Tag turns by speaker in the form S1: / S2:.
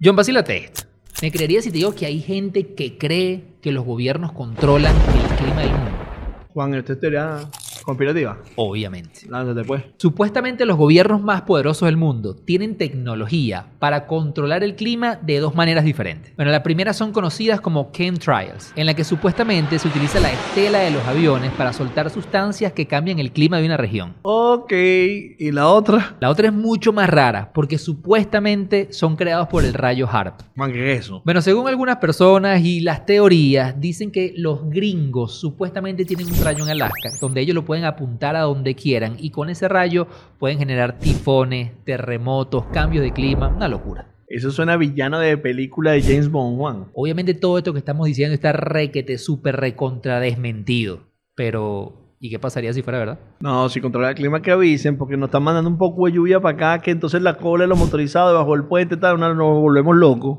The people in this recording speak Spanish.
S1: John, vacílate esto. ¿Me creerías si te digo que hay gente que cree que los gobiernos controlan el clima del mundo?
S2: Juan, esto es teoría conspirativa.
S1: Obviamente.
S2: Lánzate pues.
S1: Supuestamente los gobiernos más poderosos del mundo tienen tecnología para controlar el clima de dos maneras diferentes. Bueno, la primera son conocidas como chemtrails, en la que supuestamente se utiliza la estela de los aviones para soltar sustancias que cambian el clima de una región.
S2: Ok, ¿y la otra?
S1: La otra es mucho más rara, porque supuestamente son creados por el rayo HARP.
S2: Juan, ¿qué es eso?
S1: Bueno, según algunas personas y las teorías, dicen que los gringos supuestamente tienen un rayo en Alaska, donde ellos lo pueden apuntar a donde quieran y con ese rayo pueden generar tifones, terremotos, cambios de clima, una locura.
S2: Eso suena a villano de película de James Bond, Juan.
S1: Obviamente todo esto que estamos diciendo está requete, súper recontra desmentido, pero ¿y qué pasaría si fuera verdad?
S2: No, si controla el clima que avisen, porque nos están mandando un poco de lluvia para acá, que entonces la cola de los motorizados debajo del puente, tal, una- nos volvemos locos.